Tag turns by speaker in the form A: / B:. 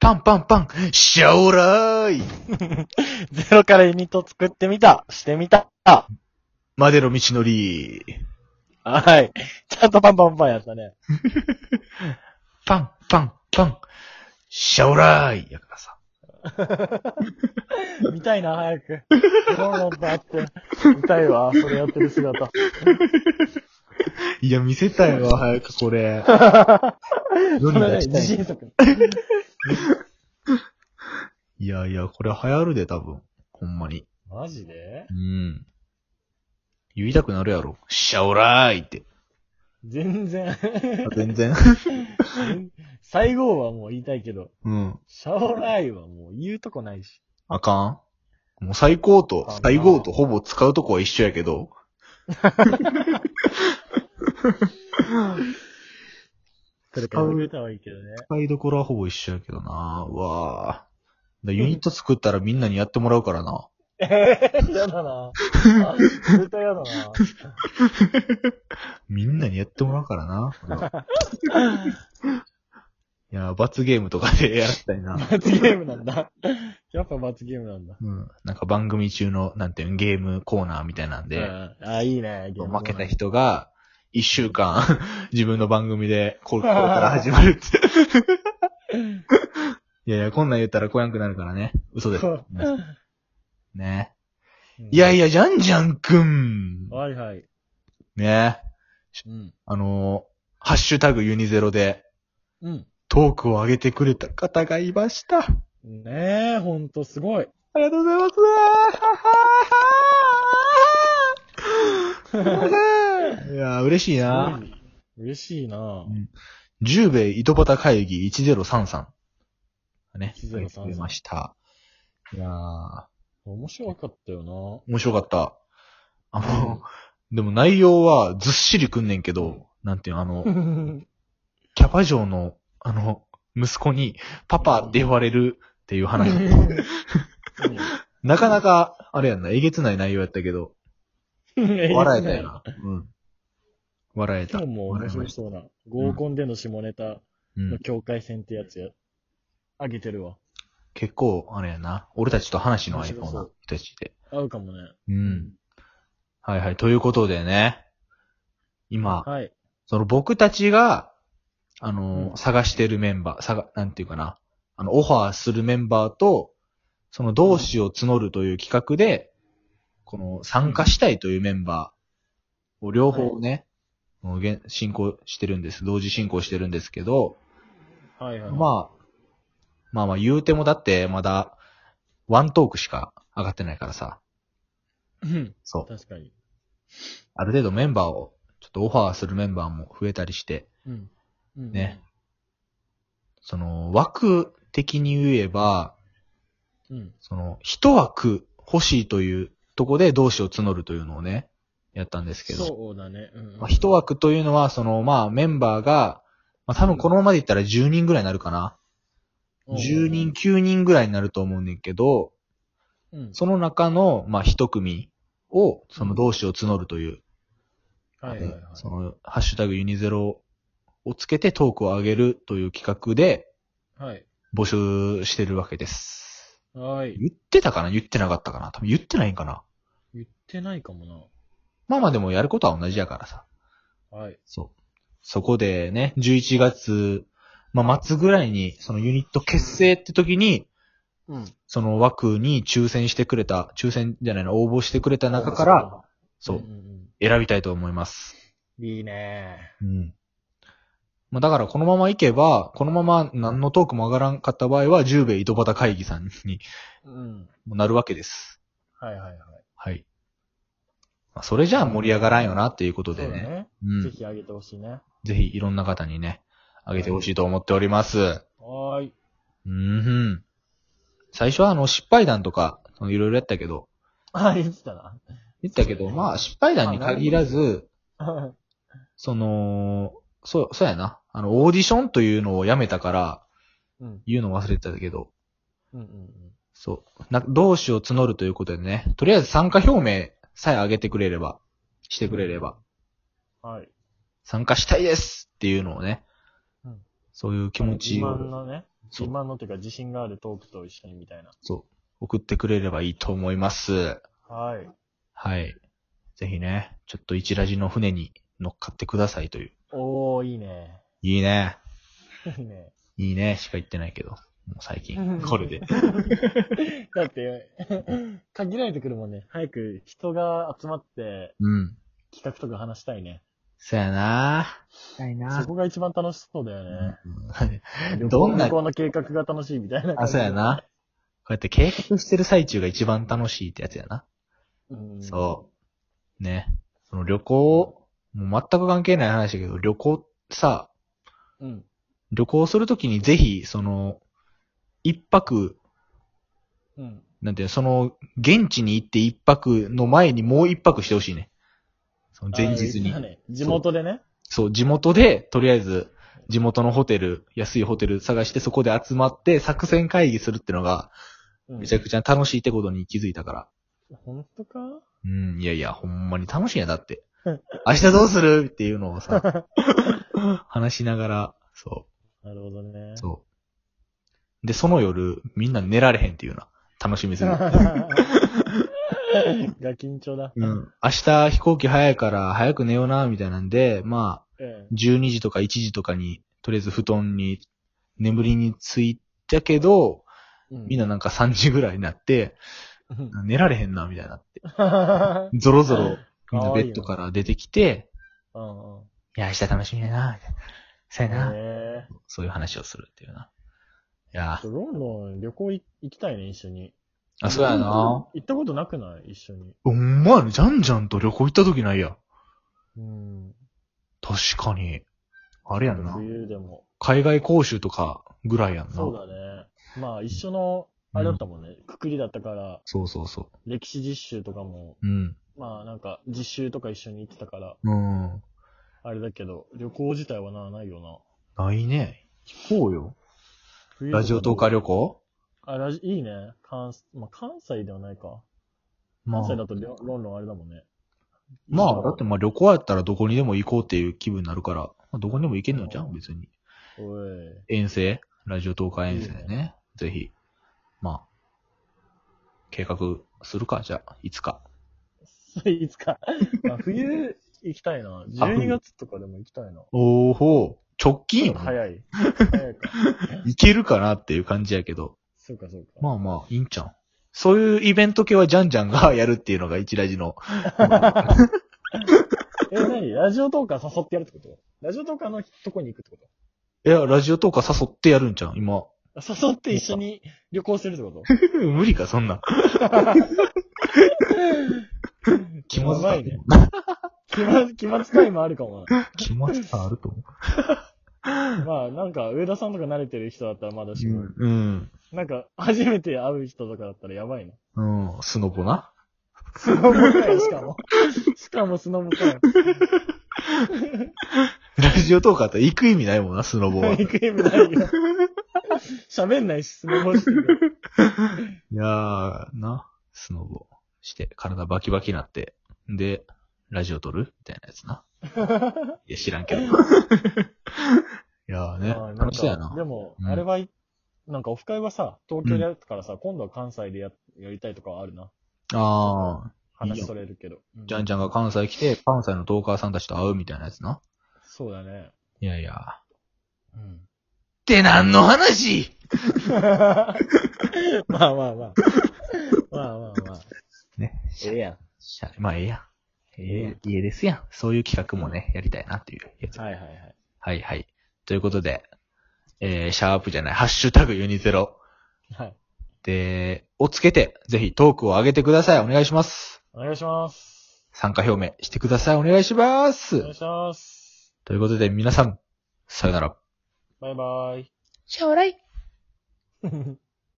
A: パンパンパン、将来
B: ゼロからユニットを作ってみた。してみた。
A: までの道のり、
B: はい。ちゃんとパンパンパンやったね。
A: パンパンパン、将来やからさ。
B: 見たいな、早く。どうなんだって。見たいわ、それやってる姿。
A: いや、見せたいわ、早くこれ。世
B: そ
A: に
B: れ
A: 出
B: ね、
A: した
B: 自
A: い。
B: 信作。
A: いやいや、これ流行るで、多分。ほんまに。
B: マジで
A: うん。言いたくなるやろ。将来って。
B: 全然。
A: あ全然。
B: 最後はもう言いたいけど、
A: うん。
B: シャオライはもう言うとこないし。
A: あかんもう最高と
B: あかん、な
A: 最高とほぼ使うとこは一緒やけど。
B: それから言うたはいいけどね。
A: 使いどころはほぼ一緒やけどな。うわぁ。だユニット作ったらみんなにやってもらうからな。
B: えー、やだな。あ絶対やだな。
A: みんなにやってもらうからな。これ はいや、罰ゲームとかでやらせたいな。
B: 罰ゲームなんだ。やっぱ罰ゲームなんだ。
A: うん。なんか番組中の、なんていうのゲームコーナーみたいなん
B: う
A: で、
B: んあ、いいね。ゲーム
A: 負けた。人が、一週間、自分の番組で、これこれから始まるって。いやいや、こんなん言ったら来やんくなるからね。嘘です。ね。いやい
B: や。
A: や、じゃんじゃんくん。
B: はいはい。
A: ね。
B: うん。
A: あのーハッシュタグユニゼロで、
B: うん。
A: トークを上げてくれた方がいました。あ
B: ねえ、ほんとすごい。
A: りがとうございます。いやー、嬉しいな。
B: 嬉しいな
A: 十兵衛糸端会議1033。ね。
B: 1033
A: くれました。いやー、
B: 面白かったよ
A: 面白かった。あの、でも内容はずっしりくんねんけど、なんていうの、あの
B: な、
A: キャバ嬢の、あの、息子に、パパって呼ばれるっていう話。なかなか、あれやんな、えげつない内容やったけど、笑えたよな。うん。笑えた。
B: 今日も面
A: 笑え
B: 白
A: ました
B: そうな。合コンでの下ネタ
A: うん
B: の。境界線ってやつや。あげてるわ。
A: 結構、あれやな。俺たちと話の合いそう
B: 面白
A: な
B: そ
A: 人たちで。
B: 合うかもね。
A: うん。はいはい。ということでね。今、
B: はい。
A: その僕たちが、あのー、
B: うん
A: 探してるメンバー、探、なんていうかな。あの、オファーするメンバーと、その同志を募るという企画で、この参加したいというメンバーを両方ね、もう現進行してるんです。同時進行してるんですけど、
B: はいはい。
A: まあ、まあまあ言うてもだってまだ、ワントークしか上がってないからさ。
B: うん
A: そう。
B: 確かに。
A: ある程度メンバーを、ちょっとオファーするメンバーも増えたりして、
B: うん。うん
A: ね。その、枠的に言えば、
B: うん。
A: その、一枠欲しいというとこで同志を募るというのをね、やったんですけど、
B: そうだね。うん
A: まあ、一枠というのは、その、まあ、メンバーが、まあ、多分このままでいったら10人ぐらいになるかな。10人、。9人ぐらいになると思うねんけど、
B: うん。
A: その中の、まあ、一組を、その同志を募るという、
B: はいはいはい。
A: その、ハッシュタグユニゼロをつけてトークを上げるという企画で
B: はい。
A: 募集してるわけです。
B: はい。
A: 言ってたかな言ってなかったかな多分言ってないんかな
B: 言ってないかも
A: まあまあでもやることは同じやからさ。
B: な。はい。
A: そう。そこでね、11月、まあ末ぐらいに、そのユニット結成って時に、
B: うん。
A: その枠に抽選してくれた、抽選じゃないの、応募してくれた中から、、そ
B: ん
A: う、
B: んん。
A: 選びたいと思います。
B: いいね
A: うん。まあ、だからこのままいけば、このまま何のトークも上がらんかった場合は、十兵衛井戸端会議さんに
B: うん。
A: なるわけです。
B: はいはいはい。
A: はい。まあ、それじゃあ盛り上がらんよなっていうことで
B: そうだ
A: ね。
B: ね。
A: う
B: ぜ
A: ん。
B: ひあげてほしいね。
A: ぜひいろんな方にね、あげてほしいと思っております。
B: はーい。
A: うんふん。最初はあの、失敗談とか、いろいろやったけど、
B: あ、言ってたな。
A: 言ったけ
B: そう
A: ど、
B: ね
A: まあ、失敗談に限らず、
B: は
A: その、そう、そうやな。あの、オーディションというのをやめたから、
B: いうん。
A: 言うの忘れてたけど、
B: うんうん
A: そう。な、同志を募るということでね、とりあえず参加表明さえ上げてくれれば、してくれれば、
B: うん。はい。
A: 参加したいですっていうのをね、
B: うん
A: そういう気持ち
B: 自
A: を、
B: 慢のね。
A: そう
B: 今のというか自信があるトークと一緒にみたいな。
A: そう。送ってくれればいいと思います。
B: はい。
A: はい。ぜひね、ちょっと一ラジの船に乗っかってくださいという。
B: おー、いいね。
A: いいね。
B: いいね。
A: いいね。しか言ってないけど。もう最近。 こ れで。
B: だって、 限られてくるもんね。早く人が集まって
A: うん。
B: 企画とか話したいね。
A: そやな
C: したい
B: そ
C: な。
B: こが一番楽しそうだよね。
A: うんどんな
B: 旅行の計画が楽しいみたいな。
A: あ、そうや。な。こうやって計画してる最中が一番楽しいってやつやな。
B: うん。
A: そう。ね。その旅行、もう全く関係ない話だけど、旅行さ、
B: う。うん。
A: 旅行するときにぜひ、その、一泊、
B: うん。
A: なんていうの、その、現地に行って一泊の前にもう一泊してほしいね。その前日に
B: あー言ってた。ね地元でね。
A: そう、地元で、とりあえず、地元のホテル、安いホテル探して、そこで集まって、作戦会議するってのが、めちゃ
B: ち
A: くちゃ楽しいってことに気づいたから。
B: ゃ。本当か
A: うん、いやいや、ほんまに楽しいや、だって。明日どうするっていうのを さ、話しながら、そ
B: なるほど
A: う、。
B: ね
A: そう。で、その夜、みんな寝られへんっていうな。楽しみすぎて。
B: が緊張だ。
A: うん。明日飛行機早いから早く寝ような、みたいなんで、ま
B: え
A: あ、12時とか1時とかに、とりあえず布団に、眠りについたけど、
B: え。
A: みんななんか3時ぐらいになって、
B: うん、
A: 寝られへんな、みたいになって。
B: うん
A: ゾロゾロ、みん
B: か
A: な
B: わ
A: ベ
B: いいな
A: ッドから出てきて、
B: うん。
A: いや、明日楽しみやな、みたいな。そうやな、
B: ええ
A: そういう話をするっていうな。いや
B: ちょロンドン旅行い行きたいね、一緒に。
A: あ、そうやな。。
B: 行ったことなくない一緒に。
A: お前ね、ジャンジャンと旅行行った時ないやん。
B: うん。
A: 確かに。あれやんな。
B: 冬でも。
A: 海外講習とかぐらいやんな。
B: そうだね。まあ一緒の、あれだったもんね。くくりだったから、
A: そうそうそ
B: 歴史実習とかも、
A: う。うん。
B: まあなんか実習とか一緒に行ってたから、
A: うん。
B: あれだけど、旅行自体はな、ないよな。
A: ないね。行こうよ。
B: 冬とか
A: ラジオ東海旅行
B: あ、ラジ、いいね。関、まあ、関西ではないか。
A: ま
B: 関西
A: あ、
B: だとロロンロンあれだもんね。
A: まあ、だってまあ旅行やったらどこにでも行こうっていう気分になるから、まあ、どこにでも行けんのじゃん、別に。
B: おい。
A: 遠征ラジオ東海遠征ね。ぜひ。まあ、計画するか、じゃあ、いつか。
B: い つか。まあ、冬行きたいな。12月とかでも行きたいな。
A: おーほー。直近よ
B: ちょっと
A: ね、
B: 早い。早いか。
A: いけるかなっていう感じやけど。
B: そうか、そうか。
A: まあまあ、いいんちゃん。そういうイベント系はジャンジャンがやるっていうのが一ラジ の。
B: え、何ラジオトーカー誘ってやるってことラジオトーカーのとこに行くってこと
A: いや、ラジオとか誘ってやるんちゃん、今。
B: あ誘って一緒に旅行するってこと
A: 無理か、そんなん。気まず
B: や
A: さ
B: ばいね。気ま、 気まずかいもあるかも な。
A: 気まずさあると思う。
B: まあ、なんか、上田さんとか慣れてる人だったらまだしも、
A: うん。
B: なんか、初めて会う人とかだったらやば いな。
A: うん。スノボな。
B: スノボかよ、し かも。しかもスノボかよ。
A: ラジオとかだったら行く意味ないもんな、スノボは。
B: 行く意味ないよ。喋んないし、スノボしてる。
A: いやー、な、スノボして、体バキバキなって、で、ラジオ撮るみたいなやつな。いや、知らんけど。いやーね
B: あー、なんか
A: 楽しそうやな。
B: でも
A: う、ん
B: あれは、なんかオフ会はさ、東京でやったからさ、今度は関西でややりたいとかはあるな。
A: あー、いい
B: 話
A: よ
B: それるけど。うん
A: ジャンジャンが関西来て、関西のトーカーさんたちと会うみたいなやつな。
B: そうだね。
A: いやいや。っ
B: うん。
A: て何の話
B: まあまあまあ。まあまあまあ。
A: ね。
B: ええやん。
A: しゃまあ、ええやん。ええやん、家ですやん。そういう企画もね、やりたいなっていうやつ。
B: はいはいはい。
A: はいはい。ということで、えー、シャープじゃない、ハッシュタグユニゼロ。
B: はい。
A: で、をつけて、ぜひトークを上げてください。お願いします。
B: お願いします。
A: 参加表明してください。お願いしま
B: お願
A: す
B: い。します。
A: ということで、皆さん、さよなら。
B: バイバイ。将来。